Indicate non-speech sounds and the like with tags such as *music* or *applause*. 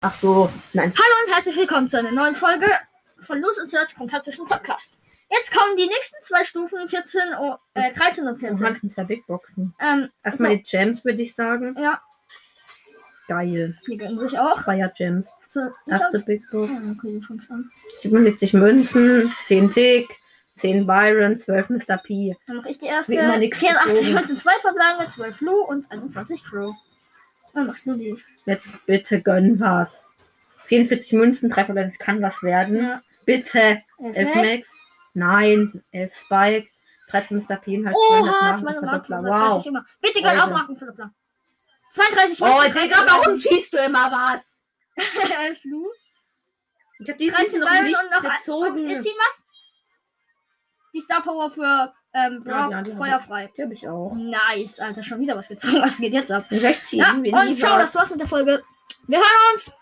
Ach so, nein. Hallo und herzlich willkommen zu einer neuen Folge von Loose und Search Kontakt zwischen Podcast. Jetzt kommen die nächsten zwei Stufen, 14, und- äh, 13 und Oh Mann, 14. das sind zwei Big Boxen. Ähm, Erstmal So. die Gems, würde ich sagen. ja, Geil. die gönnen sich auch. Fire Gems. So, ich Erste glaub- Big Box. Ja, okay, du fängst an. 77 Münzen, 10 Tick, 10 Byron, 12 Mr. P. Dann mache ich die Wird immer erste. nichts 84 gezogen. Münzen, 2 verbleibende, 12 Lu und 21 Crow. Dann machst du die. Jetzt bitte gönn was. 44 Münzen, 3 Verbände, das kann was werden. Ja. Bitte. 11 Perfekt. Max. Nein, 11 Spike. 13 Mr. P. und Halt 200 Oha, Marken, 200 das Marken, war das weiß Doppler. ich immer. Bitte gönn auch Leute. Marken für Doppler. 32 Wow. Oh, Münzen, Digga, warum *laughs* ziehst du immer was? 11 Lu. Ich hab die 13 13 noch Byron nicht und noch ein- Und wir gezogen. ziehen was? Die Star Power für ähm, Brock Ja, die haben wir. feuerfrei. Die hab ich auch. Nice, Alter, schon wieder was gezogen. Was geht jetzt ab? Vielleicht ziehen Ja, wir und die ciao, was. das war's mit der Folge. Wir hören uns.